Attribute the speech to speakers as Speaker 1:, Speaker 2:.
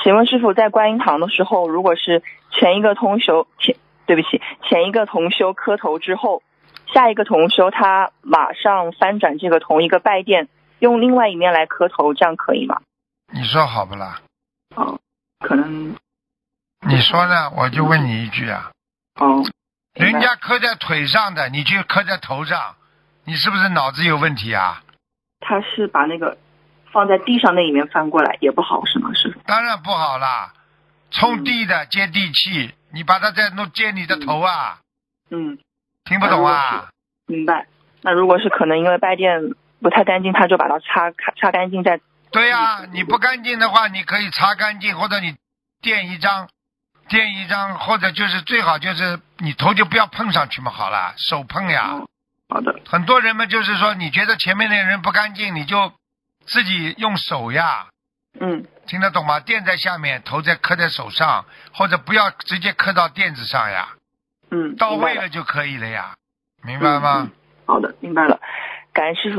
Speaker 1: 请问师傅，在观音堂的时候，如果是前一个同修前，对不起，前一个同修磕头之后，下一个同修他马上翻转这个同一个拜垫，用另外一面来磕头，这样可以吗？
Speaker 2: 你说好不啦？
Speaker 1: 哦，可能
Speaker 2: 你说呢？我就问你一句啊，
Speaker 1: 哦，明白
Speaker 2: 人家磕在腿上的，你去磕在头上，你是不是脑子有问题啊？
Speaker 1: 他是把那个放在地上那一面翻过来也不好是吗？师傅？
Speaker 2: 当然不好啦，冲地的接地气，你把它再弄接你的头啊，
Speaker 1: 嗯，
Speaker 2: 听不懂啊？
Speaker 1: 明白。那如果是可能因为拜垫不太干净，他就把它擦擦擦干净再
Speaker 2: 对呀、你不干净的话，你可以擦干净，或者你垫一张，垫一张，或者就是最好就是你头就不要碰上去嘛，好了，手碰呀。
Speaker 1: 哦好的，
Speaker 2: 很多人们就是说，你觉得前面那人不干净，你就自己用手呀，
Speaker 1: 嗯，
Speaker 2: 听得懂吗？垫在下面，头再磕在手上，或者不要直接磕到垫子上呀，
Speaker 1: 嗯，
Speaker 2: 到
Speaker 1: 明白
Speaker 2: 位了就可以了呀，明白吗？
Speaker 1: 嗯嗯好的，明白了。感恩师傅。